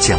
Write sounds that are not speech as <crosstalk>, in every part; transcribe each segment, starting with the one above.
讲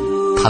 他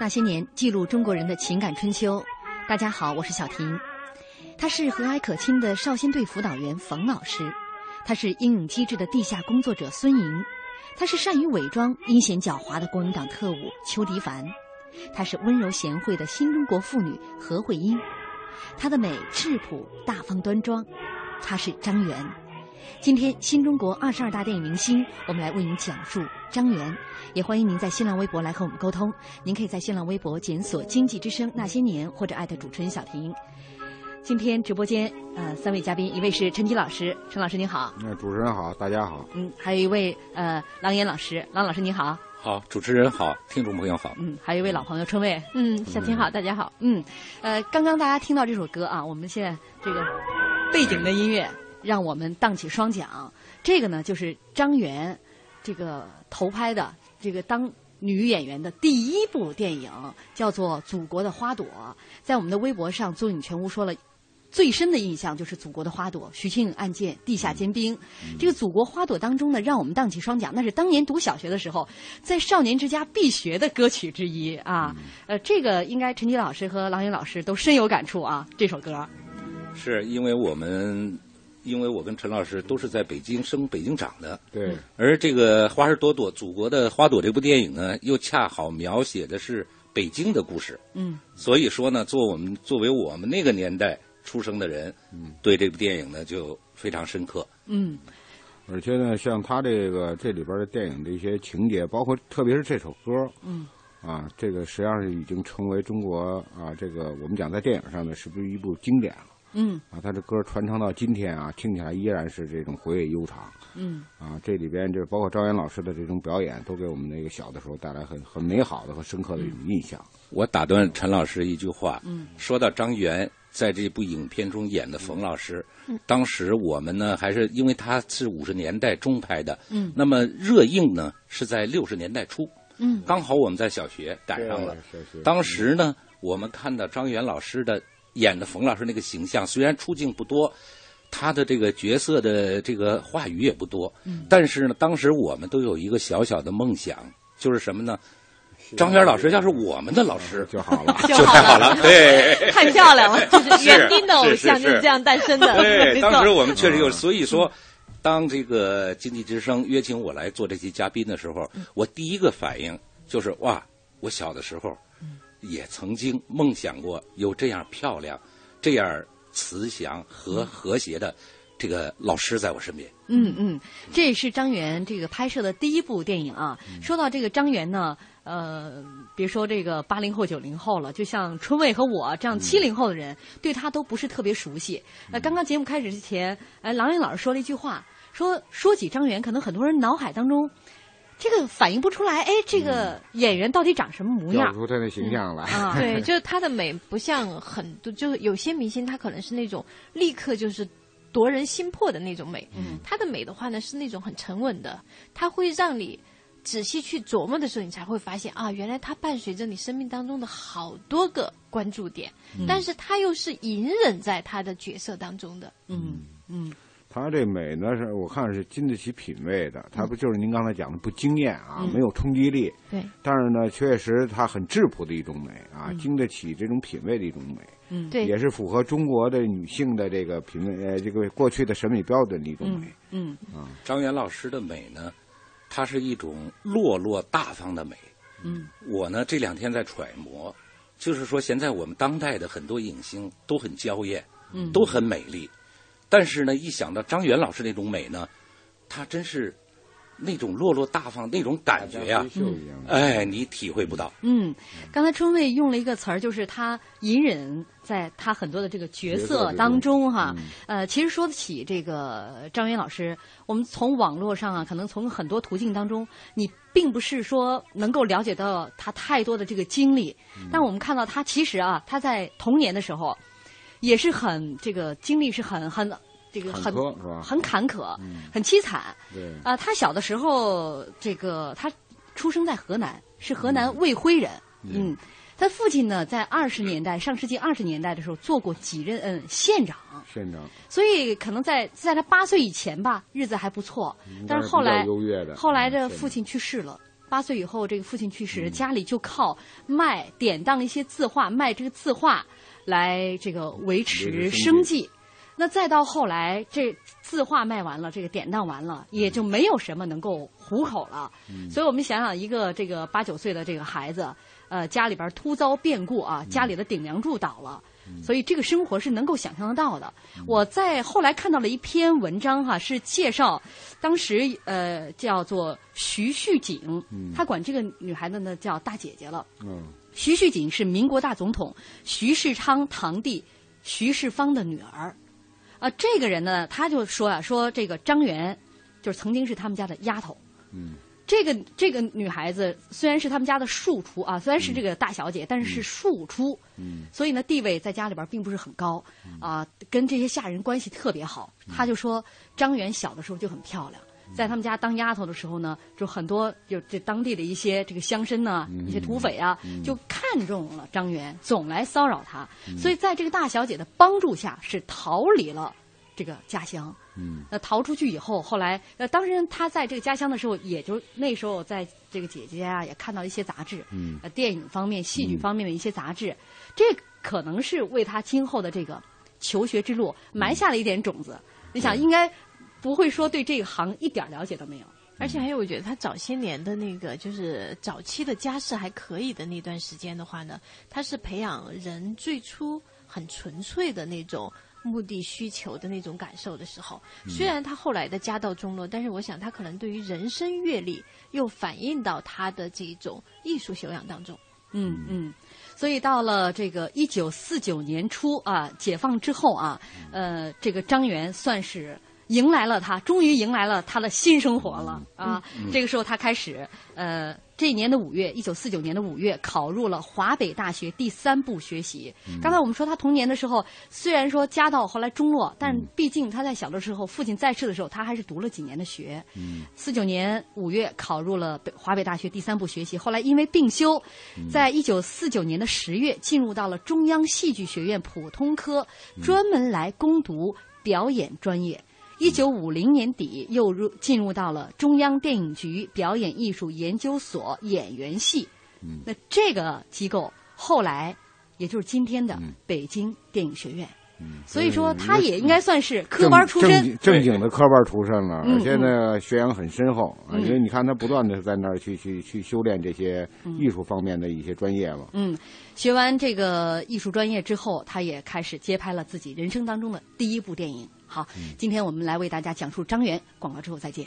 那些年，记录中国人的情感春秋。大家好，我是小婷，他是和蔼可亲的少先队辅导员冯老师，他是英勇机智的地下工作者孙莹，他是善于伪装、阴险狡猾的国民党特务邱迪凡，她是温柔贤惠的新中国妇女何惠英，她的美质朴、大方端庄，她是张元。今天新中国二十二大电影明星，我们来为您讲述张元，也欢迎您在新浪微博来和我们沟通。您可以在新浪微博检索“经济之声那些年”或者艾特主持人小婷。今天直播间呃三位嘉宾，一位是陈吉老师，陈老师您好，那主持人好，大家好。嗯，还有一位呃郎岩老师，郎老师您好。好，主持人好，听众朋友好。嗯，还有一位老朋友春卫。嗯，小婷好，大家好。嗯，呃，刚刚大家听到这首歌啊，我们现在这个背景的音乐。让我们荡起双桨，这个呢就是张元这个投拍的这个当女演员的第一部电影，叫做《祖国的花朵》。在我们的微博上，邹影全无说了最深的印象就是《祖国的花朵》、徐庆案件、地嗯下尖兵。这个《祖国花朵》当中呢，让我们荡起双桨，那是当年读小学的时候，在少年之家必学的歌曲之一啊。嗯呃，这个应该陈吉老师和郎云老师都深有感触啊。这首歌是因为我们。因为我跟陈老师都是在北京生、北京长的，对。而这个《花儿朵朵》《祖国的花朵》这部电影呢，又恰好描写的是北京的故事，嗯。所以说呢，做我们作为我们那个年代出生的人，嗯，对这部电影呢就非常深刻，嗯。而且呢，像他这个这里边的电影的一些情节，包括特别是这首歌，嗯，啊，这个实际上已经成为中国啊，这个我们讲在电影上呢，是不是一部经典了？嗯啊，他这歌传承到今天啊，听起来依然是这种回味悠长。嗯啊，这里边就是包括张岩老师的这种表演，都给我们那个小的时候带来很很美好的和深刻的一种印象。我打断陈老师一句话，嗯，说到张元在这部影片中演的冯老师，嗯，当时我们呢还是因为他是五十年代中拍的，嗯，那么热映呢是在六十年代初，嗯，刚好我们在小学赶上了，当时呢我们看到张元老师的。演的冯老师那个形象，虽然出镜不多，他的这个角色的这个话语也不多，嗯，但是呢，当时我们都有一个小小的梦想，就是什么呢？张元老师要是我们的老师啊就好 <laughs> 了，就太 <laughs> 好了，对，太漂 <laughs> <laughs> 亮了，园丁的偶像就是这样诞生的。对，当时我们确实嗯有，所以说，当这个经济之声约请我来做这期嘉宾的时候，嗯我第一个反应就是哇，我小的时候也曾经梦想过有这样漂亮、这样慈祥和和谐的。这个老师在我身边，嗯嗯，这也是张元这个拍摄的第一部电影啊。嗯、说到这个张元呢，呃，别说这个八零后、九零后了，就像春卫和我这样七零后的人，嗯、对他都不是特别熟悉。呃，刚刚节目开始之前，呃，郎云老师说了一句话，说说起张元，可能很多人脑海当中。这个反映不出来，哎，这个演员到底长什么模样？长出他的形象来、 <laughs> 嗯、啊！对，就是他的美不像很多，就是有些明星他可能是那种立刻就是。夺人心魄的那种美，嗯、它的美的话呢是那种很沉稳的，它会让你仔细去琢磨的时候，你才会发现啊，原来它伴随着你生命当中的好多个关注点，嗯、但是它又是隐忍在他的角色当中的。嗯嗯，他、嗯、这美呢是我看是经得起品味的，他不就是您刚才讲的不惊艳啊，没有冲击力，对，但是呢，确实它很质朴的一种美啊，经得起这种品味的一种美。嗯，对，也是符合中国的女性的这个品味，呃，这个过去的审美标准的一种美。嗯，啊、嗯，张元老师的美呢，它是一种落落大方的美。嗯，我呢这两天在揣摩，就是说现在我们当代的很多影星都很娇艳，嗯，都很美丽，但是呢，一想到张元老师那种美呢，她真是。那种落落大方那种感觉呀、啊，嗯、哎，你体会不到。嗯，刚才春卫用了一个词儿，就是他隐忍，在他很多的这个角色当中哈、啊。嗯、呃，其实说起这个张元老师，我们从网络上啊，可能从很多途径当中，你并不是说能够了解到他太多的这个经历，嗯、但我们看到他其实啊，他在童年的时候，也是很这个经历是很很。这个很很坎坷，嗯、很凄惨。嗯对啊，他小的时候，这个他出生在河南，是河南卫辉人。嗯，他、嗯、父亲呢，在二十年代，上世纪二十年代的时候，做过几任嗯县长。县长。所以可能在在他八岁以前吧，日子还不错。但是后来，优越的后来这父亲去世了。八岁以后，这个父亲去世，嗯、家里就靠卖典当一些字画，卖这个字画来这个维持生计。那再到后来，这字画卖完了，这个典当完了，也就没有什么能够糊口了。嗯、所以我们想想，一个这个八九岁的这个孩子，呃，家里边突遭变故啊，家里的顶梁柱倒了，嗯、所以这个生活是能够想象得到的。嗯、我在后来看到了一篇文章哈、啊，是介绍当时呃叫做徐旭景，他管这个女孩子呢叫大姐姐了。嗯徐旭景是民国大总统徐世昌堂弟徐世芳的女儿。啊，这个人呢，他就说啊，说这个张元，就是曾经是他们家的丫头。嗯，这个这个女孩子虽然是他们家的庶出啊，虽然是这个大小姐，嗯、但是是庶出。嗯，所以呢，地位在家里边并不是很高啊，跟这些下人关系特别好。嗯他就说，张元小的时候就很漂亮，在他们家当丫头的时候呢，就很多有这当地的一些这个乡绅呐、啊，一些土匪啊，嗯、就看中了张元，总来骚扰他。嗯、所以在这个大小姐的帮助下，是逃离了。这个家乡，嗯，呃那逃出去以后，后来呃，当然他在这个家乡的时候，也就那时候在这个姐姐啊，也看到一些杂志，嗯，呃，电影方面、戏剧方面的一些杂志，嗯、这可能是为他今后的这个求学之路埋下了一点种子。嗯、你想，应该不会说对这个行一点了解都没有。而且还有，我觉得他早些年的那个，就是早期的家世还可以的那段时间的话呢，他是培养人最初很纯粹的那种。目的需求的那种感受的时候，虽然他后来的家道中落，但是我想他可能对于人生阅历又反映到他的这种艺术修养当中。嗯嗯，所以到了这个一九四九年初啊，解放之后啊，嗯呃，这个张元算是迎来了他，终于迎来了他的新生活了啊。嗯、这个时候他开始呃。这一年的五月，一九四九年的五月，考入了华北大学第三部学习。嗯、刚才我们说他童年的时候，虽然说家道后来中落，但嗯毕竟他在小的时候，父亲在世的时候，他还是读了几年的学。四九、嗯、年五月考入了北华北大学第三部学习，后来因为病休，嗯在一九四九年的十月进入到了中央戏剧学院普通科，嗯专门来攻读表演专业。一九五零年底，又入进入到了中央电影局表演艺术研究所演员系，嗯，那这个机构后来也就是今天的北京电影学院。嗯，所以说，他也应该算是科班出身，正经的科班出身了，嗯而且呢，学养很深厚。啊嗯因为你看他不断的在那儿去去去修炼这些艺术方面的一些专业嘛。嗯，学完这个艺术专业之后，他也开始接拍了自己人生当中的第一部电影。好，今天我们来为大家讲述张元。广告之后再见。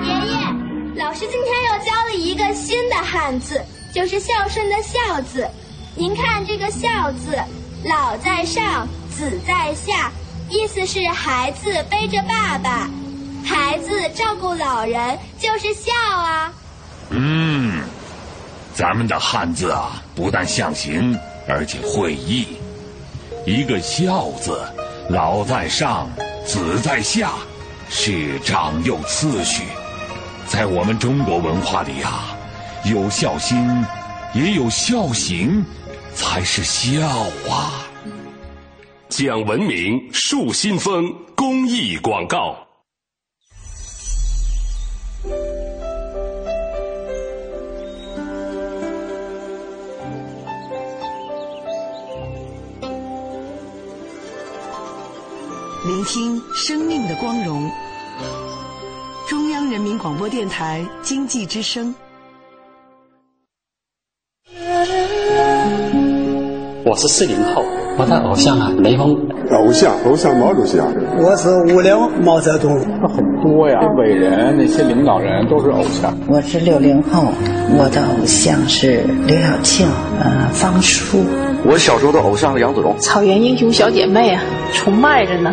爷爷，老师今天又教了一个新的汉字，就是孝顺的孝字。您看这个孝字，老在上，子在下，意思是孩子背着爸爸，孩子照顾老人就是孝啊。嗯，咱们的汉字啊，不但象形，而且会意。一个“孝”字，老在上，子在下，是长幼次序。在我们中国文化里啊，有孝心，也有孝行，才是孝啊。讲文明树新风公益广告。聆听生命的光荣。中央人民广播电台经济之声。我是四零后，我的偶像啊，雷锋。偶像，偶像毛主席啊！我是五零毛泽东，很多呀，伟人那些领导人都是偶像。我是六零后，我的偶像是刘晓庆，呃，方舒，我小时候的偶像是杨子荣，草原英雄小姐妹啊，崇拜着呢。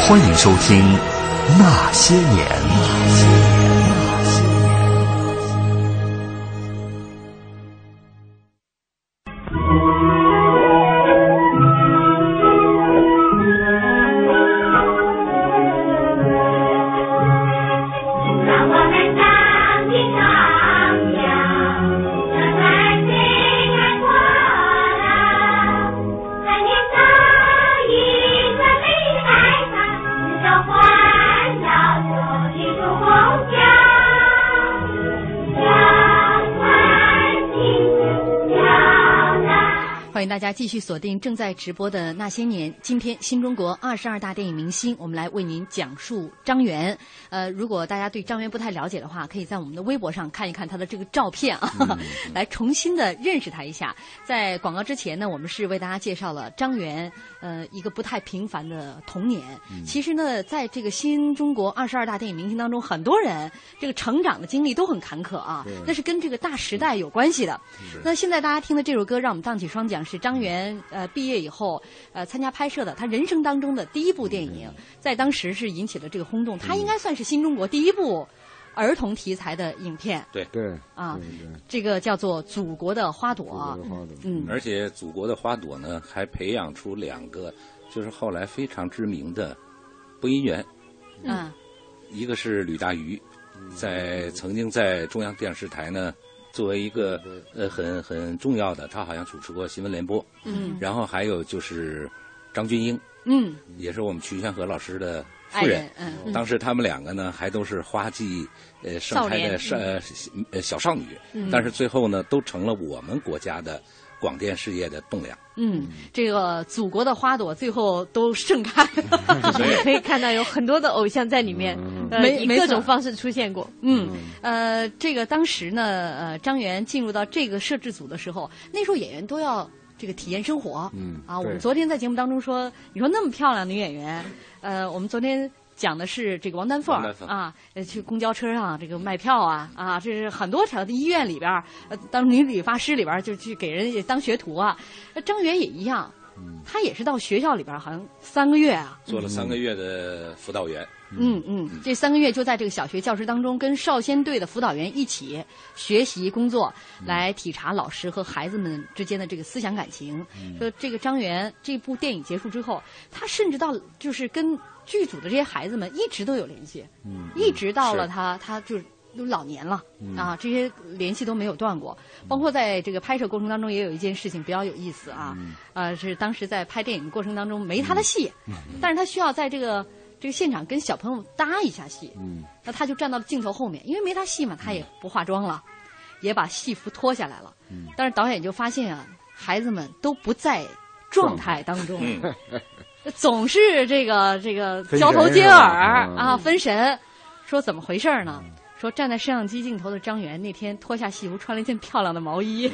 欢迎收听《那些年》。让我们荡起荡漾，这南飞看过了，在你早已准备爱上，四周环绕着一束红霞，阳关心事了然。欢迎大家继续锁定正在直播的《那些年》。今天，新中国二十二大电影明星，我们来为您讲述张元。呃，如果大家对张元不太了解的话，可以在我们的微博上看一看他的这个照片啊，来重新的认识他一下。在广告之前呢，我们是为大家介绍了张元，呃，一个不太平凡的童年。其实呢，在这个新中国二十二大电影明星当中，很多人这个成长的经历都很坎坷啊对，那是跟这个大时代有关系的。那现在大家听的这首歌，让我们荡起双桨，是张元呃毕业以后呃参加拍摄的他人生当中的第一部电影，在当时是引起了这个轰动，他应该算是新中国第一部儿童题材的影片对对啊，这个叫做《祖国的花朵》，嗯，而且祖国的花朵呢，还培养出两个，就是后来非常知名的播音员，嗯一个是吕大愚，在曾经在中央电视台呢，作为一个呃很很重要的，他好像主持过新闻联播，嗯然后还有就是张钧英，嗯也是我们瞿宣和老师的夫人爱人，嗯当时他们两个呢还都是花季呃盛开的少少年呃小少女，嗯但是最后呢都成了我们国家的广电事业的栋梁。嗯，这个祖国的花朵最后都盛 <laughs> 开了，我们也可 <laughs> 以看到有很多的偶像在里面，呃，没以没各错种方式出现过。嗯，呃，这个当时呢，呃，张元进入到这个摄制组的时候，那时候演员都要这个体验生活。嗯啊，我们对昨天在节目当中说，你说那么漂亮的女演员，呃，我们昨天。讲的是这个王丹凤王儿丹凤啊，呃去公交车上这个卖票啊啊，这是很多场的医院里边儿，呃，当女理发师里边儿就去给人家当学徒啊。呃张元也一样，他也是到学校里边，好像三个月啊，做了三个月的辅导员。嗯嗯，这三个月就在这个小学教师当中，跟少先队的辅导员一起学习工作，来体察老师和孩子们之间的这个思想感情。说这个张元这部电影结束之后，他甚至到就是跟剧组的这些孩子们一直都有联系，嗯，一直到了他他就是。都老年了、嗯啊，这些联系都没有断过。包括在这个拍摄过程当中，也有一件事情比较有意思啊，嗯呃，是当时在拍电影过程当中没他的戏，但是他需要在这个这个现场跟小朋友搭一下戏，嗯，那他就站到镜头后面，因为没他戏嘛，他也不化妆了，也把戏服脱下来了。嗯但是导演就发现啊，孩子们都不在状态当中，嗯总是这个这个分神交头接是吧耳嗯啊，分神。说怎么回事呢？说站在摄像机镜头的张元那天脱下戏服，穿了一件漂亮的毛衣，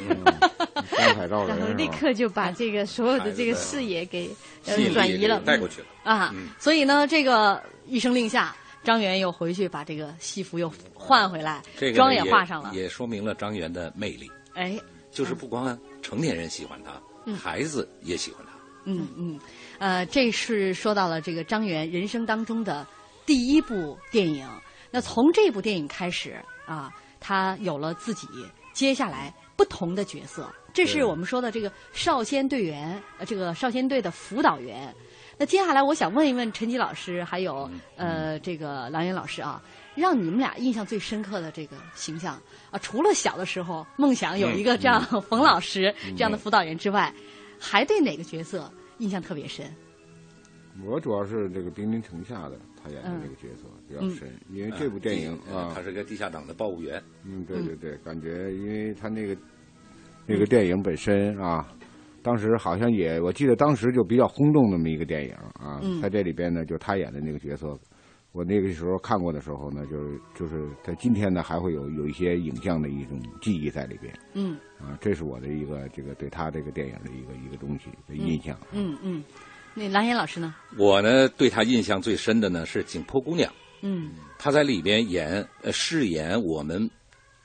张海 <laughs> 照人啊然后是吧立刻就把这个所有的这个视野给呃转移了，带过去了。啊，嗯所以呢，这个一声令下，张元又回去把这个戏服又换回来，这个妆呢也化上了。也说明了张元的魅力，哎，就是不光成年人喜欢他，嗯孩子也喜欢他。嗯嗯，呃，这是说到了这个张元人生当中的第一部电影。那从这部电影开始啊，他有了自己接下来不同的角色。这是对我们说的这个少先队员，呃，这个少先队的辅导员。那接下来我想问一问陈吉老师，还有呃这个郎源老师啊，让你们俩印象最深刻的这个形象啊，除了小的时候梦想有一个这样、冯老师这样的辅导员之外，还对哪个角色印象特别深？我主要是这个兵临城下的他演的这个角色比较深，因为这部电影呃啊他，是个地下党的报务员。嗯，对对对，感觉因为他那个那个电影本身啊，当时好像也，我记得当时就比较轰动那么一个电影啊，嗯在这里边呢，就他演的那个角色，我那个时候看过的时候呢，就是就是在今天呢还会有有一些影像的一种记忆在里边嗯啊，这是我的一个这个对他这个电影的一个一个东西的印象。嗯嗯，那蓝岩老师呢？我呢对他印象最深的呢是《景颇姑娘》，嗯他在里边演呃饰演我们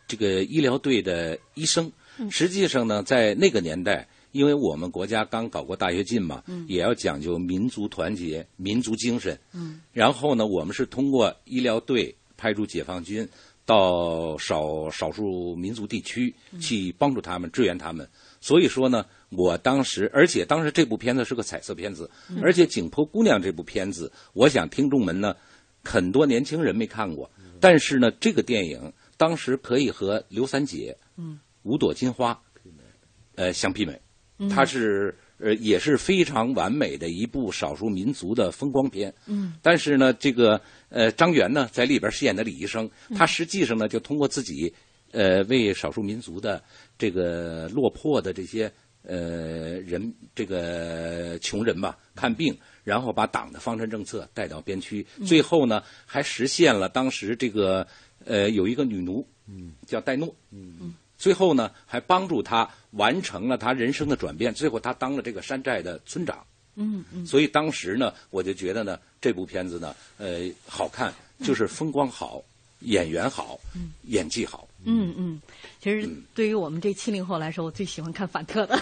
这个医疗队的医生。嗯实际上呢，在那个年代，因为我们国家刚搞过大跃进嘛，嗯也要讲究民族团结、民族精神。嗯然后呢，我们是通过医疗队派驻解放军到少少数民族地区嗯去帮助他们、支援他们。所以说呢，我当时，而且当时这部片子是个彩色片子，嗯而且《景颇姑娘》这部片子，我想听众们呢，很多年轻人没看过，嗯但是呢，这个电影当时可以和《刘三姐》嗯五朵金花，呃，相媲美嗯。它是呃也是非常完美的一部少数民族的风光片。嗯但是呢，这个呃张元呢在里边饰演的李医生，嗯他实际上呢就通过自己呃为少数民族的这个落魄的这些呃人这个穷人吧嗯看病，然后把党的方针政策带到边区，嗯最后呢还实现了当时这个呃有一个女奴，嗯，叫戴诺，嗯最后呢，还帮助他完成了他人生的转变。最后，他当了这个山寨的村长。嗯嗯，所以当时呢，我就觉得呢，这部片子呢，呃，好看，嗯就是风光好，演员好，嗯演技 <laughs> 好。嗯嗯，其实对于我们这七零后来说，我最喜欢看反特的。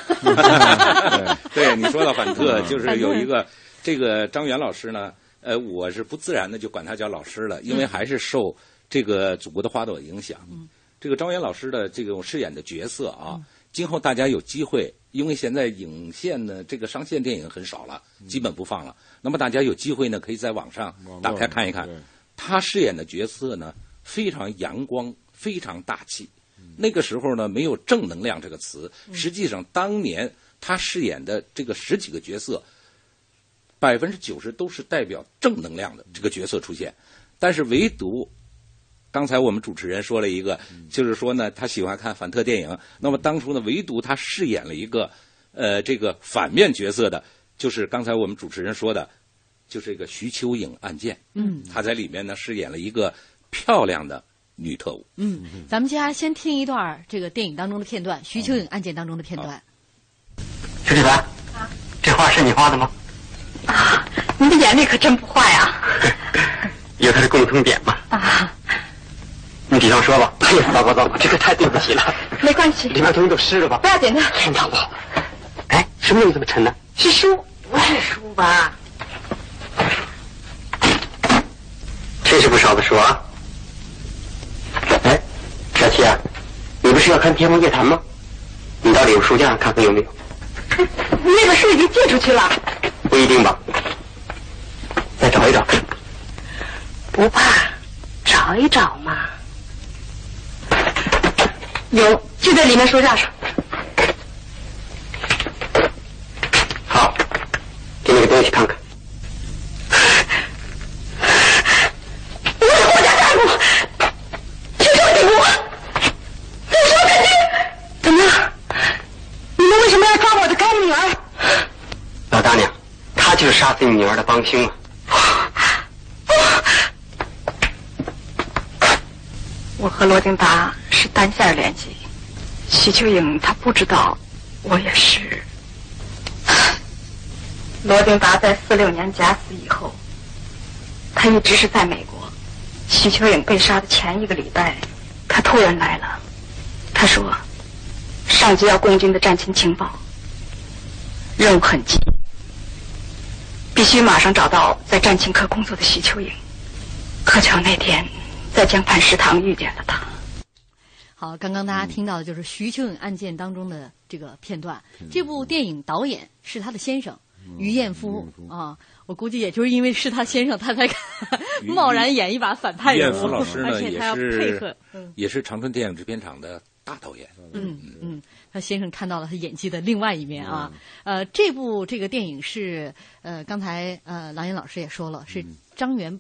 对你说到反特，嗯就是有一个这个张元老师呢，呃，我是不自然的就管他叫老师了，因为嗯还是受这个《祖国的花朵》影响。嗯这个张元老师的这种饰演的角色嗯啊，今后大家有机会，因为现在影线呢，这个上线电影很少了，基本不放了。那么大家有机会呢，可以在网上嗯网络打开上看一看对。他饰演的角色呢，非常阳光，非常大气。嗯那个时候呢，没有“正能量”这个词。嗯实际上，当年他饰演的这个十几个角色，百分之九十都是代表正能量的这个角色出现，但是唯独刚才我们主持人说了一个，就是说呢，他喜欢看反特电影。那么当初呢，唯独他饰演了一个，呃，这个反面角色的，就是刚才我们主持人说的，就是这个徐秋影案件。 <laughs> 嗯他在里面呢饰演了一个漂亮的女特务。嗯，咱们接下来先听一段这个电影当中的片段，徐秋影案件当中的片段。徐志凡，这画是你画的吗？您的眼力可真不坏啊！有它的共通点吗？啊，你比方说吧，哎呀，糟糕糟糕，这个太对不起了，没关系，里面东西都湿了吧？不要紧的。哎，要不，哎，什么东西这么沉呢？是书，不是书吧？真是不少的书啊！哎，小七啊，你不是要看《天方夜谭》吗？你到里有书架看看有没有？那个书已经借出去了，不一定吧，再找一找。不怕，找一找嘛。有，就在里面书架上。给你个东西看看。我是国家干部，提倡帝国，有什么肯定？怎么样？你们为什么要抓我的干女儿？老大娘，他就是杀死你女儿的帮凶啊！我和罗定达是单线联系，许秋影她不知道，我也是。罗定达在四六年假死以后，他一直是在美国。许秋影被杀的前一个礼拜，他突然来了。他说，上级要共军的战情情报，任务很急，必须马上找到在战情科工作的许秋影。可巧那天在江畔食堂遇见了他。好，刚刚大嗯家听到的就是徐秋影案件当中的这个片段。这部嗯电影导演是他的先生。于彦夫啊，我估计也就是因为是他先生，他才 <laughs> 敢贸然演一把反派物。人于彦夫老师呢，也是也是长春电影制片厂的大导演。嗯嗯，他先生看到了他演技的另外一面啊。嗯呃，这部这个电影是呃，刚才呃，郎岩老师也说嗯了，是张元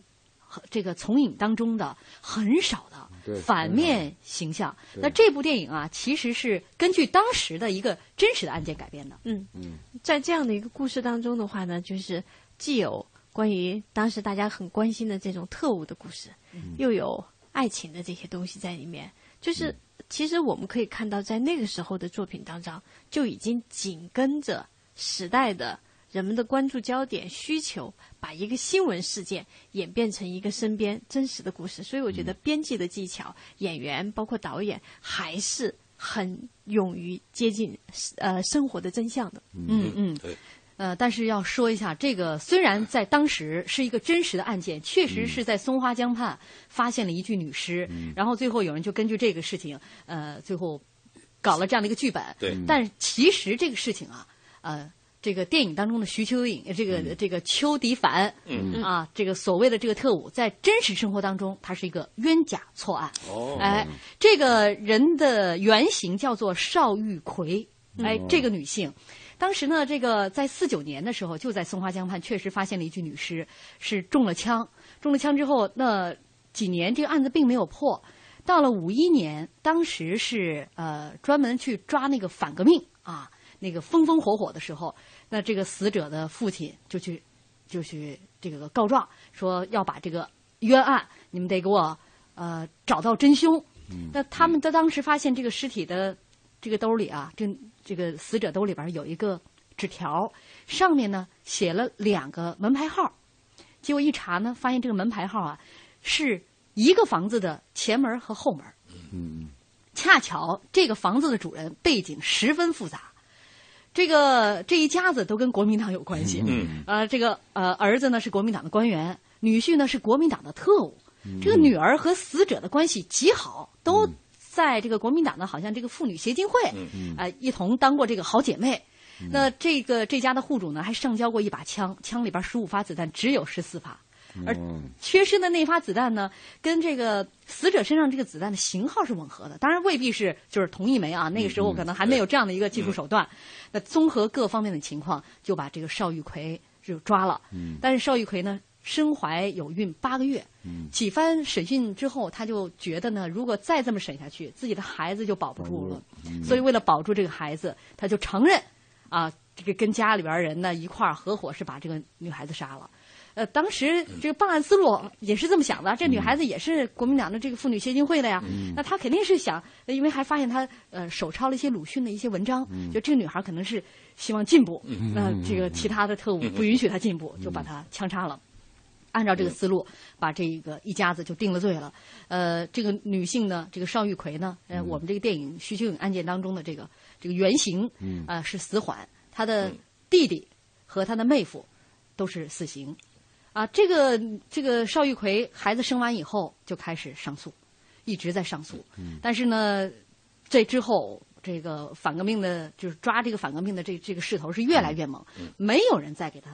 这个从影当中的很少的反面形象。那这部电影啊，其实是根据当时的一个真实的案件改编的。嗯嗯。在这样的一个故事当中的话呢，就是既有关于当时大家很关心的这种特务的故事，嗯、又有爱情的这些东西在里面。就是其实我们可以看到，在那个时候的作品当中，就已经紧跟着时代的人们的关注焦点需求，把一个新闻事件演变成一个身边真实的故事。所以我觉得编辑的技巧、演员包括导演还是。很勇于接近呃生活的真相的，嗯嗯，对，呃，但是要说一下，这个虽然在当时是一个真实的案件，确实是在松花江畔发现了一具女尸，嗯、然后最后有人就根据这个事情，呃，最后搞了这样的一个剧本，对，但其实这个事情啊，呃。这个电影当中的徐秋影，这个、嗯、这个邱迪凡，嗯啊，这个所谓的这个特务，在真实生活当中，他是一个冤假错案。哦，哎，这个人的原型叫做邵玉奎，哎，嗯、这个女性，当时呢，这个在四九年的时候，就在松花江畔确实发现了一具女尸，是中了枪，中了枪之后，那几年这个案子并没有破，到了五一年，当时是呃专门去抓那个反革命啊。那个风风火火的时候，那这个死者的父亲就去，就去这个告状，说要把这个冤案，你们得给我呃找到真凶。嗯、那他们在当时发现这个尸体的这个兜里啊，这这个死者兜里边有一个纸条，上面呢写了两个门牌号，结果一查呢，发现这个门牌号啊是一个房子的前门和后门。嗯，恰巧这个房子的主人背景十分复杂。这个这一家子都跟国民党有关系，嗯，呃，这个呃儿子呢是国民党的官员，女婿呢是国民党的特务，这个女儿和死者的关系极好，都在这个国民党的好像这个妇女协进会，嗯啊、呃，一同当过这个好姐妹。那这个这家的户主呢还上交过一把枪，枪里边十五发子弹只有十四发，嗯而缺失的那发子弹呢跟这个死者身上这个子弹的型号是吻合的，当然未必是就是同一枚嗯啊，那个时候可能还没有这样的一个技术手段。那综合各方面的情况，就把这个邵玉奎就抓了。嗯，但是邵玉奎呢，身怀有孕八个月。嗯，几番审讯之后，他就觉得呢，如果再这么审下去，自己的孩子就保不住了。嗯、所以为了保住这个孩子，他就承认啊，这个跟家里边人呢一块儿合伙是把这个女孩子杀了。呃，当时这个办案思路也是这么想的，这女孩子也是国民党的这个妇女协进会的呀，嗯、那她肯定是想，因为还发现她呃手抄了一些鲁迅的一些文章，嗯、就这个女孩可能是希望进步，那、嗯呃、这个其他的特务不允许她进步，就把她枪杀了。按照这个思路，把这个一家子就定了罪了。呃，这个女性呢，这个邵玉奎呢，呃，我们这个电影《徐秋影案件》当中的这个这个原型，嗯，啊、呃、是死缓，她的弟弟。和他的妹夫都是死刑。啊，这个这个邵玉奎孩子生完以后就开始上诉，一直在上诉。嗯但是呢，这之后这个反革命的，就是抓这个反革命的这这个势头是越来越猛，嗯没有人再给他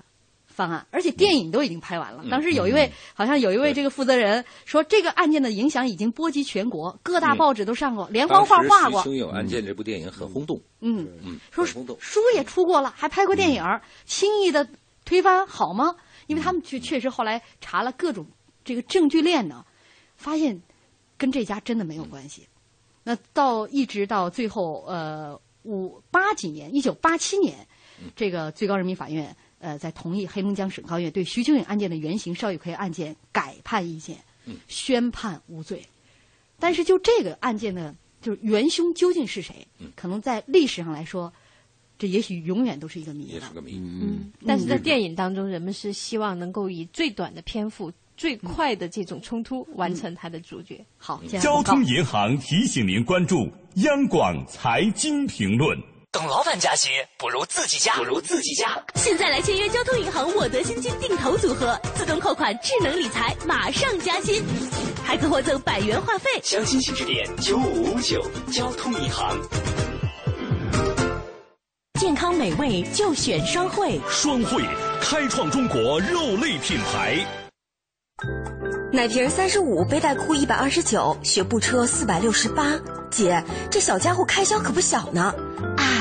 翻案，而且电影都已经拍完了。嗯当时有一位、好像有一位这个负责人说，这个案件的影响已经波及全国，各大报纸都上过，连环画当时画徐过。清勇案件这部电影很轰动，嗯，嗯，说书也出过了，还拍过电影儿，轻易的推翻好吗？因为他们确确实后来查了各种这个证据链呢，发现跟这家真的没有关系。那到一直到最后，呃，五八几年，一九八七年，这个最高人民法院呃在同意黑龙江省高院对徐清勇案件的原型邵玉奎案件改判意见，嗯宣判无罪。但是就这个案件的，就是元凶究竟是谁，可能在历史上来说，这也许永远都是一个谜也了是。个谜。嗯，但是在电影当中，人们是希望能够以最短的篇幅、最快的这种冲突完成它的主角。嗯嗯好交通银行提醒您关注央广财经评论。等老板加薪，不如自己加，不如自己加。现在来签约交通银行我得新金定投组合，自动扣款、智能理财，马上加薪，还可获赠百元话费。详情请致电九五五九交通银行。健康美味就选双汇。双汇开创中国肉类品牌。奶瓶三十五，背带裤一百二十九，学步车四百六十八。姐，这小家伙开销可不小呢。哎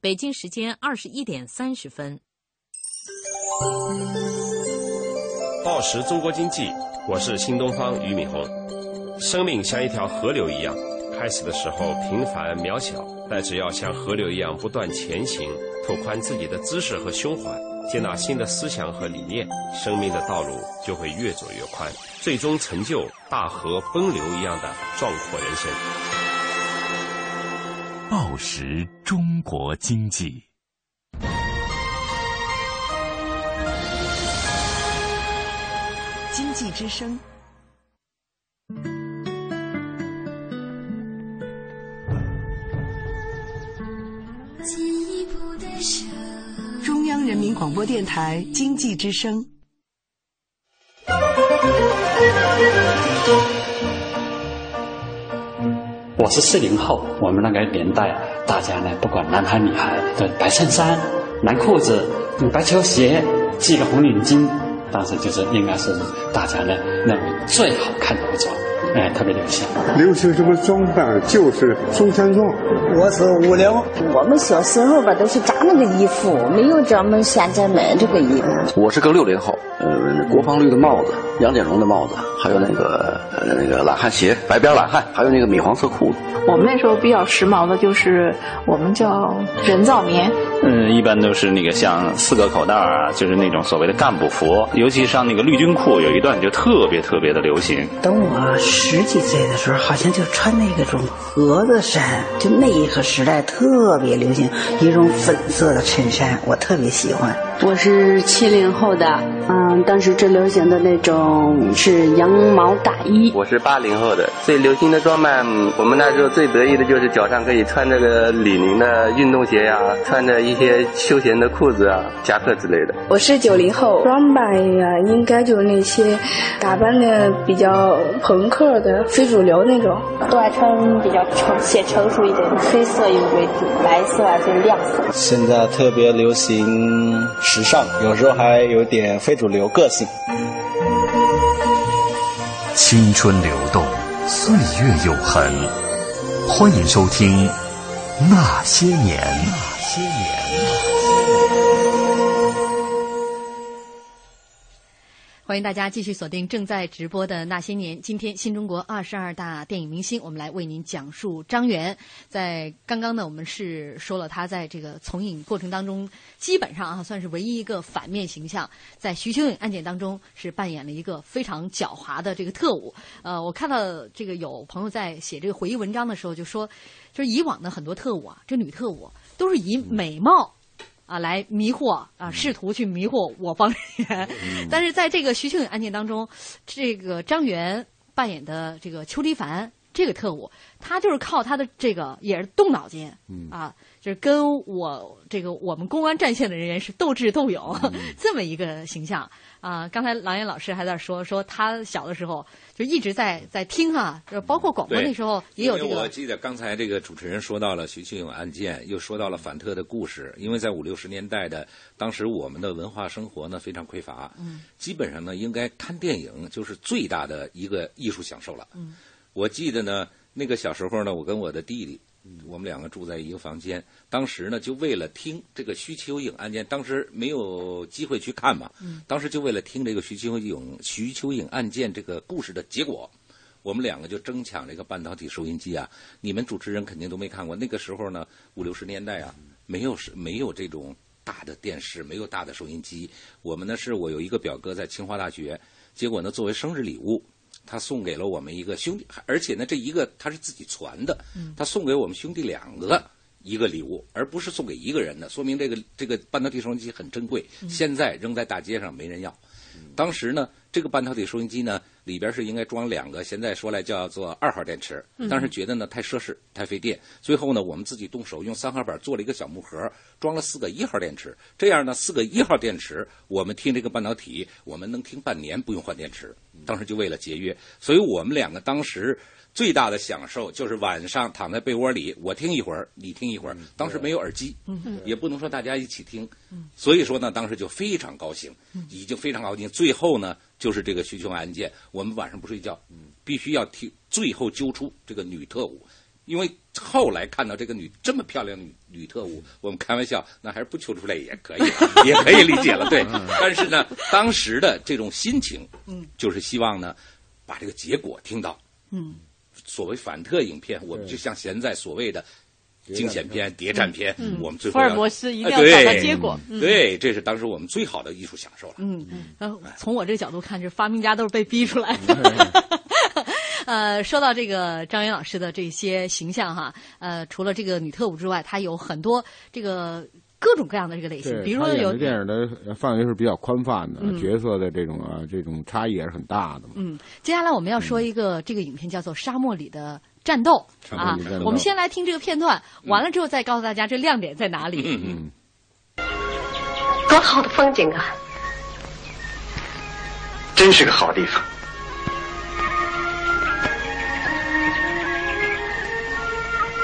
北京时间二十一点三十分。报时中国经济，我是新东方俞敏洪。生命像一条河流一样，开始的时候平凡渺小，但只要像河流一样不断前行，拓宽自己的知识和胸怀，接纳新的思想和理念，生命的道路就会越走越宽，最终成就大河奔流一样的壮阔人生。报时中国经济，经济之声，进一步的深。中央人民广播电台经济之声。我是四零后，我们那个年代，大家呢不管男孩女孩，对白衬衫、蓝裤子、白球鞋，系个红领巾，当时就是应该是大家呢认为最好看的服装，哎、特别流行。流行什么装扮？就是中山装。我是五零，我们小时候吧，都是扎那个衣服，没有咱们现在买这个衣服。我是个六零后，嗯，国防绿的帽子，杨典荣的帽子，还有那个呃那个懒汉鞋，白边懒汉，还有那个米黄色裤子。我们那时候比较时髦的就是我们叫人造棉，嗯，一般都是那个像四个口袋儿啊，就是那种所谓的干部服，尤其上那个绿军裤，有一段就特别特别的流行。等我十几岁的时候，好像就穿那个种格子衫，就那一个时代特别流行一种粉色的衬衫，我特别喜欢。我是七零后的，嗯，当时最流行的那种是羊毛大衣。我是八零后的，最流行的装扮，嗯我们那时候最得意的就是脚上可以穿这个李宁的运动鞋呀、穿着一些休闲的裤子啊、夹克之类的。我是九零后，装扮呀，应该就那些打扮的比较朋克的、非主流那种。都爱穿比较成显成熟一点，黑色也为主，白色啊就是亮色。现在特别流行时尚，有时候还有点非主流个性。青春流动，岁月永恒。欢迎收听《那些年》。那些年。欢迎大家继续锁定正在直播的《那些年》。今天新中国二十二大电影明星，我们来为您讲述张元。在刚刚呢，我们是说了他在这个从影过程当中，基本上啊算是唯一一个反面形象，在徐秋影案件当中是扮演了一个非常狡猾的这个特务。呃，我看到这个有朋友在写这个回忆文章的时候就说，就是以往的很多特务啊，这女特务都是以美貌。啊，来迷惑啊，试图去迷惑我方人员。嗯但是在这个徐庆宇案件当中，这个张元扮演的这个邱黎凡这个特务，他就是靠他的这个也是动脑筋，嗯啊，就是跟我这个我们公安战线的人员是斗智斗勇、嗯 <laughs> 这么一个形象啊。刚才郎岩老师还在说说他小的时候就一直在在听啊，就是包括广播对那时候也有这因为我个记得刚才这个主持人说到了徐庆勇案件，又说到了反特的故事。因为在五六十年代的当时，我们的文化生活呢非常匮乏，嗯基本上呢应该看电影就是最大的一个艺术享受了。嗯我记得呢，那个小时候呢，我跟我的弟弟，我们两个住在一个房间。当时呢，就为了听这个徐秋影案件，当时没有机会去看嘛，嗯当时就为了听这个徐秋影徐秋影案件这个故事的结果，我们两个就争抢这个半导体收音机啊。你们主持人肯定都没看过，那个时候呢，五六十年代啊，没有是没有这种大的电视，没有大的收音机。我们呢，是我有一个表哥在清华大学，结果呢，作为生日礼物，他送给了我们一个兄弟，而且呢，这一个他是自己传的，嗯他送给我们兄弟两个一个礼物，而不是送给一个人的，说明这个这个半导体收音机很珍贵，嗯现在扔在大街上没人要。当时呢，这个半导体收音机呢里边是应该装两个，现在说来叫做二号电池嗯，但是觉得呢太奢侈太费电，最后呢我们自己动手用三号板做了一个小木盒，装了四个一号电池，这样呢四个一号电池我们听这个半导体，我们能听半年不用换电池，当时就为了节约，所以我们两个当时。最大的享受就是晚上躺在被窝里，我听一会儿，你听一会儿。当时没有耳机，嗯也不能说大家一起听，嗯所以说呢，当时就非常高兴嗯，已经非常高兴。最后呢，就是这个徐琼案件，我们晚上不睡觉，必须要听，最后揪出这个女特务，因为后来看到这个女这么漂亮的女女特务，我们开玩笑，那还是不揪出来也可以 <laughs> 了，也可以理解了，对嗯。但是呢，当时的这种心情，嗯就是希望呢，把这个结果听到。嗯所谓反特影片，我们就像现在所谓的惊险片、谍战片嗯，我们最后福尔要摩斯一定哎要找到对结果嗯对，这是当时我们最好的艺术享受了。嗯，呃，从我这个角度看，这发明家都是被逼出来的。嗯 <laughs> 呃，说到这个张岩老师的这些形象哈，呃，除了这个女特务之外，她有很多这个各种各样的这个类型，对比如他说演有的电影的范围是比较宽泛的，嗯角色的这种啊这种差异也是很大 <laughs> 的嘛。嗯，接下来我们要说一个、这个影片叫做《沙漠里的战斗》嗯沙漠啊里的战，斗嗯我们先来听这个片段，完了之后再告诉大家这亮点在哪里。嗯多好的风景啊！真是个好地方。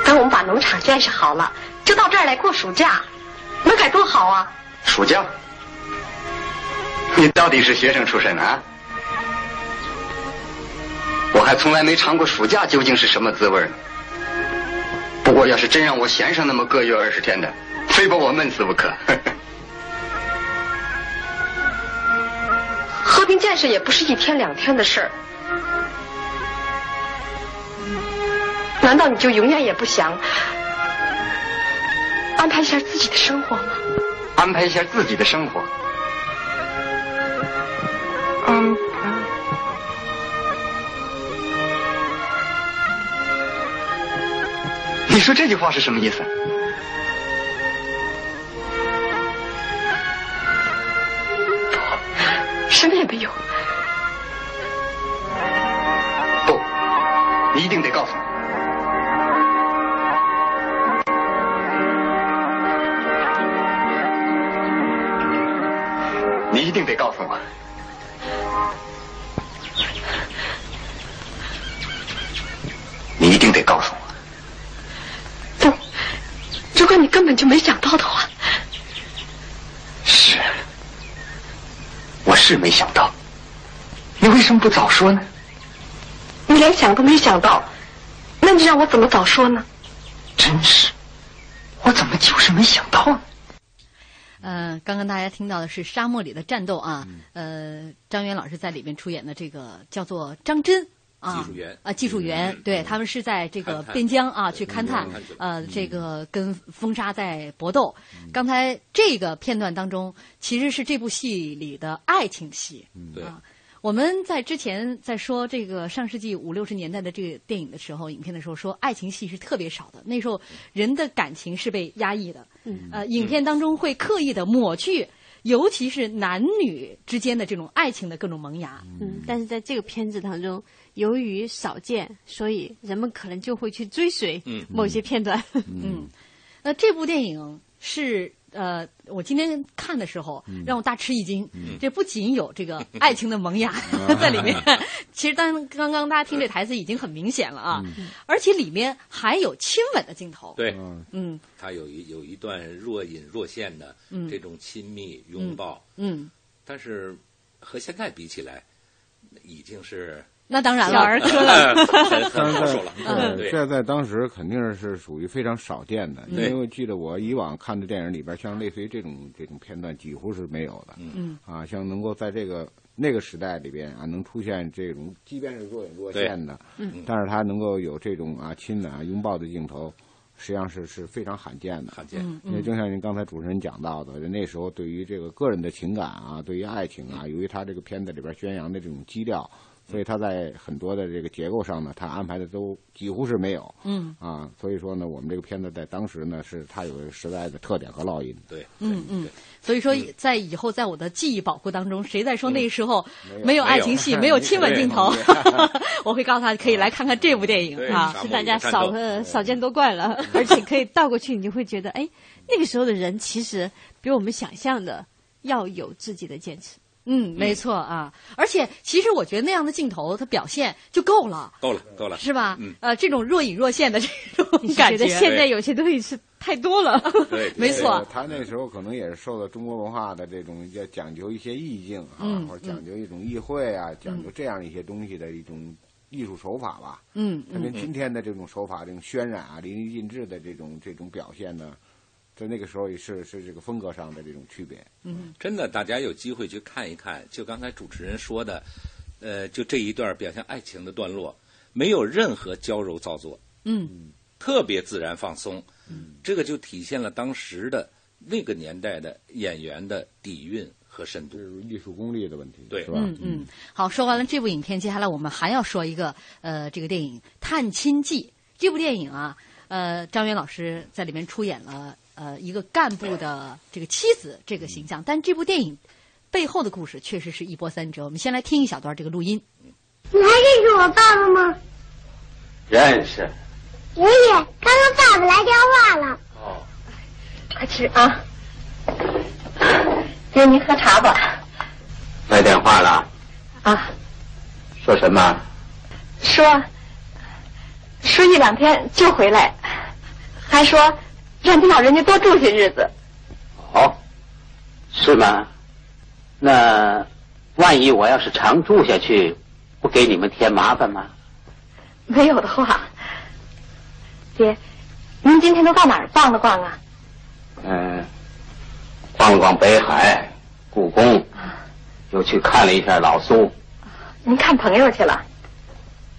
等我们把农场建设好了，就到这儿来过暑假，能该多好啊！暑假，你到底是学生出身啊？我还从来没尝过暑假究竟是什么滋味呢。不过要是真让我闲上那么个月二十天的，非把我闷死不可。和平建设也不是一天两天的事儿，难道你就永远也不想安排一下自己的生活吗？安排一下自己的生活，嗯，你说这句话是什么意思？什么也没有。你一定得告诉我。你一定得告诉我，你一定得告诉我，不，如果你根本就没想到的话，是，我是没想到，你为什么不早说呢？连想都没想到。那你让我怎么早说呢？真是，我怎么就是没想到呢？呃，刚刚大家听到的是《沙漠里的战斗》啊，呃，张元老师在里面出演的这个叫做张真。啊，嗯技术员啊，技术员，对他们是在这个勘探边疆啊去勘探勘探，呃，这个跟风沙在搏斗。刚才这个片段当中，其实是这部戏里的爱情戏。嗯对，我们在之前在说这个上世纪五六十年代的这个电影的时候，影片的时候说爱情戏是特别少的，那时候人的感情是被压抑的，嗯呃，影片当中会刻意的抹去，尤其是男女之间的这种爱情的各种萌芽，嗯，但是在这个片子当中，由于少见，所以人们可能就会去追随嗯某些片段。 <laughs> 嗯，那这部电影是呃，我今天看的时候嗯让我大吃一惊，嗯啊这不仅有这个爱情的萌 <laughs> 芽 <laughs> 在里面，其实当刚刚大家听这台词已经很明显了啊，嗯而且里面还有亲吻的镜头，对，嗯他有一有一段若隐若现的嗯这种亲密拥抱，嗯，但是和现在比起来，已经是那当然了小儿科了很但很是 <laughs> 保守了，嗯在对，这在当时肯定是属于非常少见的，因对为我记得我以往看的电影里边，像类似于这种这种片段几乎是没有的。嗯啊，像能够在这个那个时代里边啊，能出现这种即便是若隐若现的，对嗯但是它能够有这种啊亲吻啊拥抱的镜头。实际上是是非常罕见的，罕见嗯因为嗯就像您刚才主持人讲到的，那时候对于这个个人的情感啊，对于爱情啊，由于他这个片子里边宣扬的这种基调，所以他在很多的这个结构上呢，他安排的都几乎是没有。嗯啊，所以说呢，我们这个片子在当时呢，是它有时代的特点和烙印。对，嗯嗯，所以说在以后在我的记忆保护当中，谁在说那时候没有没有爱情戏、没有没有亲吻镜头没有， <laughs> 我会告诉他可以来看看这部电影啊，是大家少嗯呃少见多怪了，而且可以倒过去，你就会觉得，哎，那个时候的人其实比我们想象的要有自己的坚持。嗯，没错啊，而且其实我觉得那样的镜头，它表现就够了，够了够了，是吧？嗯，呃，这种若隐若现的这种是感觉得现在有些东西是太多了，对， <laughs> 没错。他那时候可能也是受到中国文化的这种要讲究一些意境啊，嗯或者讲究一种意会啊，讲究这样一些东西的一种艺术手法吧。嗯它跟嗯今天的这种手法、这种渲染啊、淋漓尽致的这种这种表现呢，在那个时候也是是这个风格上的这种区 <laughs> 别。嗯，真的，大家有机会去看一看，就刚才主持人说的，呃，就这一段表现爱情的段落，没有任何娇柔造作，嗯特别自然放松，这个就体现了当时的那个年代的演员的底蕴和深度，艺术功力的问题，对，是嗯嗯，好，说完了这部影片，接下来我们还要说一个呃，这个电影《探亲记》这部电影啊，呃，张元老师在里面出演了呃一个干部的这个妻子这个形象，但这部电影背后的故事确实是一波三折。我们先来听一小段这个录音。你还认识我爸爸吗？认识。爷爷，刚刚爸爸来电话了。快吃啊！爹，您喝茶吧。来电话了，啊，说什么？说说一两天就回来，还说让你老人家多住些日子。哦，是吗？那万一我要是常住下去，不给你们添麻烦吗？没有的话， <laughs> 爹，您今天都到哪儿逛了逛啊？嗯，逛了逛北海、故宫，又去看了一下老苏您看朋友去了，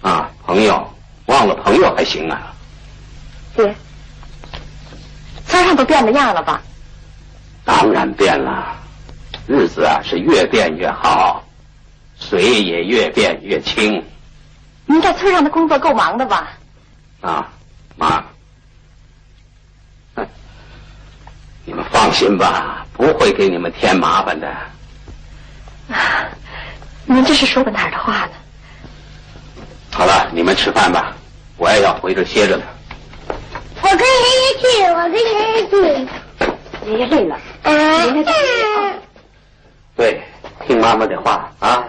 啊，朋友，忘了朋友还行啊。爹。村上都变了样了吧？当然变了，日子啊是越变越好，水也越变越清您在村上的工作够忙的吧？啊，妈。哼你们放心吧，不会给你们添麻烦的。 <laughs> 您这是说的哪儿的话呢？好了，你们吃饭吧，我也要回这儿歇着了。我跟爷爷去，我跟爷爷去。爷爷累了，啊爷爷对，听妈妈的话啊。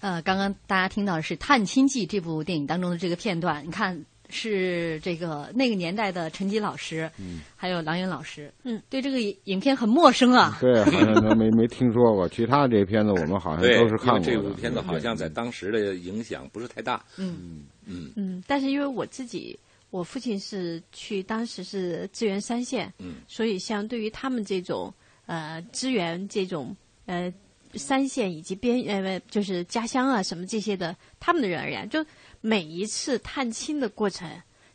呃，刚刚大家听到的是《探亲记》这部电影当中的这个片段，你看是这个那个年代的陈吉老师，嗯还有郎云老师，嗯，对这个影片很陌生啊。对，好像都没没听说过。其他这片子我们好像对，都是因看过为的。这部片子好像在当时的影响不是太大。嗯嗯嗯，但是因为我自己，我父亲是去当时是支援三线，嗯所以相对于他们这种呃支援这种呃三线以及边呃就是家乡啊什么这些的他们的人而言，就每一次探亲的过程。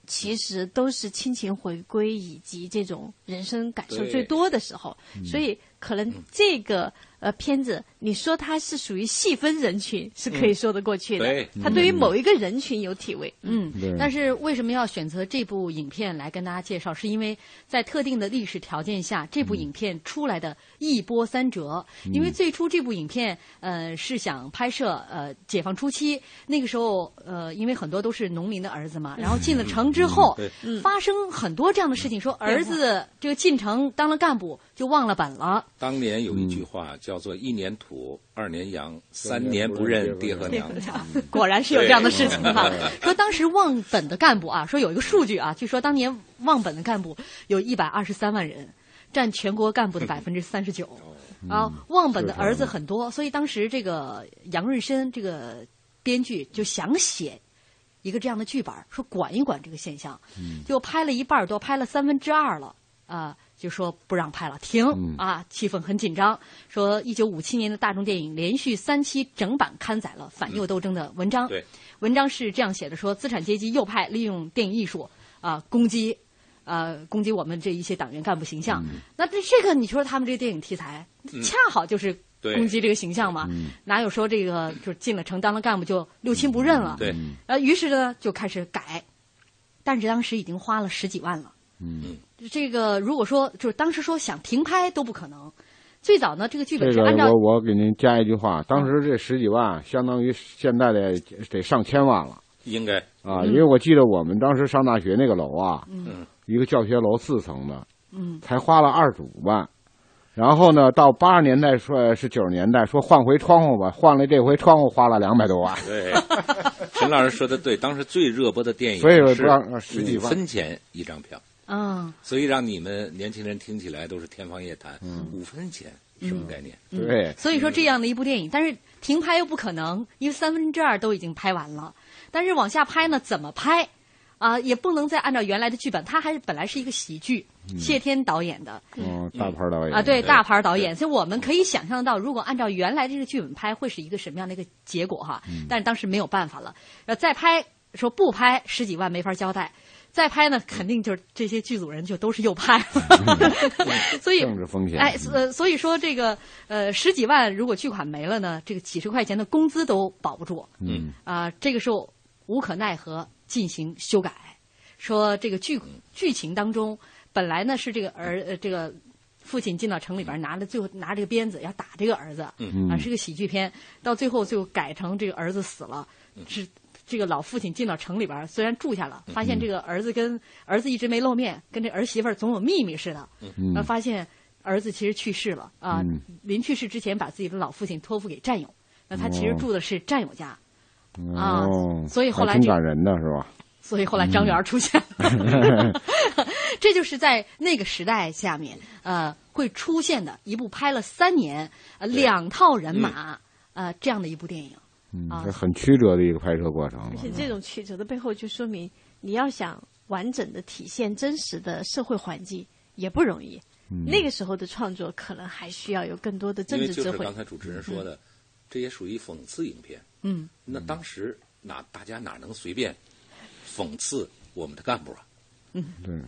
其实都是亲情回归以及这种人生感受对最多的时候，嗯所以可能这个呃片子，你说它是属于细分人群是可以嗯说得过去的，对它对于嗯某一个人群有体味，嗯对，但是为什么要选择这部影片来跟大家介绍？是因为在特定的历史条件下，这部影片出来的一波三折。嗯因为最初这部影片，呃，是想拍摄呃解放初期，那个时候，呃，因为很多都是农民的儿子嘛，然后进了城之后，嗯发生很多这样的事情，说儿子这个进城当了干部就忘了本了。当年有一句话叫做“一年土，二年洋，三年年不不认认爹和娘”。果然 <laughs> 是有这样的事情哈对。说当时忘本的干部啊，说有一个数据啊，据说当年忘本的干部有一百二十三万人，占全国干部的百分之三十九。啊，忘本的儿子很多，所以当时这个杨润生这个编剧就想写一个这样的剧本儿，说管一管这个现象。就拍了一半儿多，拍了三分之二了，啊、就说不让拍了，停、嗯啊，气氛很紧张。说一九五七年的大众电影连续三期整版刊载了反右斗争的文章，对文章是这样写的：说资产阶级右派利用电影艺术啊、攻击，呃攻击我们这一些党员干部形象。嗯那这这个你说他们这个电影题材嗯恰好就是。对攻击这个形象嗯嘛，哪有说这个就是进了城当了干部就六亲不认嗯了？对，呃，于是呢就开始改，但是当时已经花了十几万了。嗯，这个如果说就是当时说想停拍都不可能。最早呢，这个剧本这是个按照我我给您加一句话，当时这十几万相当于现在的得上千万了 <laughs> 应该啊！嗯因为我记得我们当时上大学那个楼啊，嗯一个教学楼四层的，嗯才花了二十五万。然后呢，到八十年代说是九十年代说换回窗户吧，换了这回窗户花了两百多万。对，陈老师说的对，当时最热播的电影所以我是不让呃十几五万分钱一张票，嗯所以让你们年轻人听起来都是天方夜谭。嗯五分钱什么概念？嗯所以说这样的一部嗯电影，但是停拍又不可能，因为三分之二都已经拍完了。但是往下拍呢，怎么拍啊、也不能再按照原来的剧本，它还是本来是一个喜剧，嗯谢天导演的。嗯，大牌导演啊，对，大牌导演，所以我们可以想象到，如果按照原来这个剧本拍，会是一个什么样的一个结果哈？嗯但是当时没有办法了，呃，再拍说不拍十几万没法交代，再拍呢肯定就是这些剧组人就都是右派，嗯 <laughs> <laughs> 所以政治风险。哎，呃，所以说这个呃十几万如果巨款没了呢，这个几十块钱的工资都保不住，嗯啊、这个时候无可奈何进行修改，说这个剧嗯剧情当中本来呢是这个儿呃这个父亲进到城里边拿着最后拿这个鞭子要打这个儿子，嗯啊是个喜剧片，到最后就改成这个儿子死了，嗯是这个老父亲进到城里边虽然住下了，发现这个儿子跟儿子一直没露面，跟这儿媳妇儿总有秘密似的，嗯然后发现儿子其实去世了啊嗯，临去世之前把自己的老父亲托付给战友，那他其实哦住的是战友家。啊哦，所以后来还挺这感人的是 <laughs> 吧？所以后来张元儿出现了，这就是在那个时代下面，呃，会出现的一部拍了三年、呃、两套人马、呃这样的一部电影。嗯啊，这很曲折的一个拍摄过程啊了而。且这种曲折的背后，就说明你要想完整的体现真实的社会环境也不容易。嗯那个时候的创作可能还需要有更多的政因为治就智是慧。刚才主持人说的，这也属于讽刺影片。嗯，那当时哪大家哪能随便讽刺我们的干部啊？嗯，对，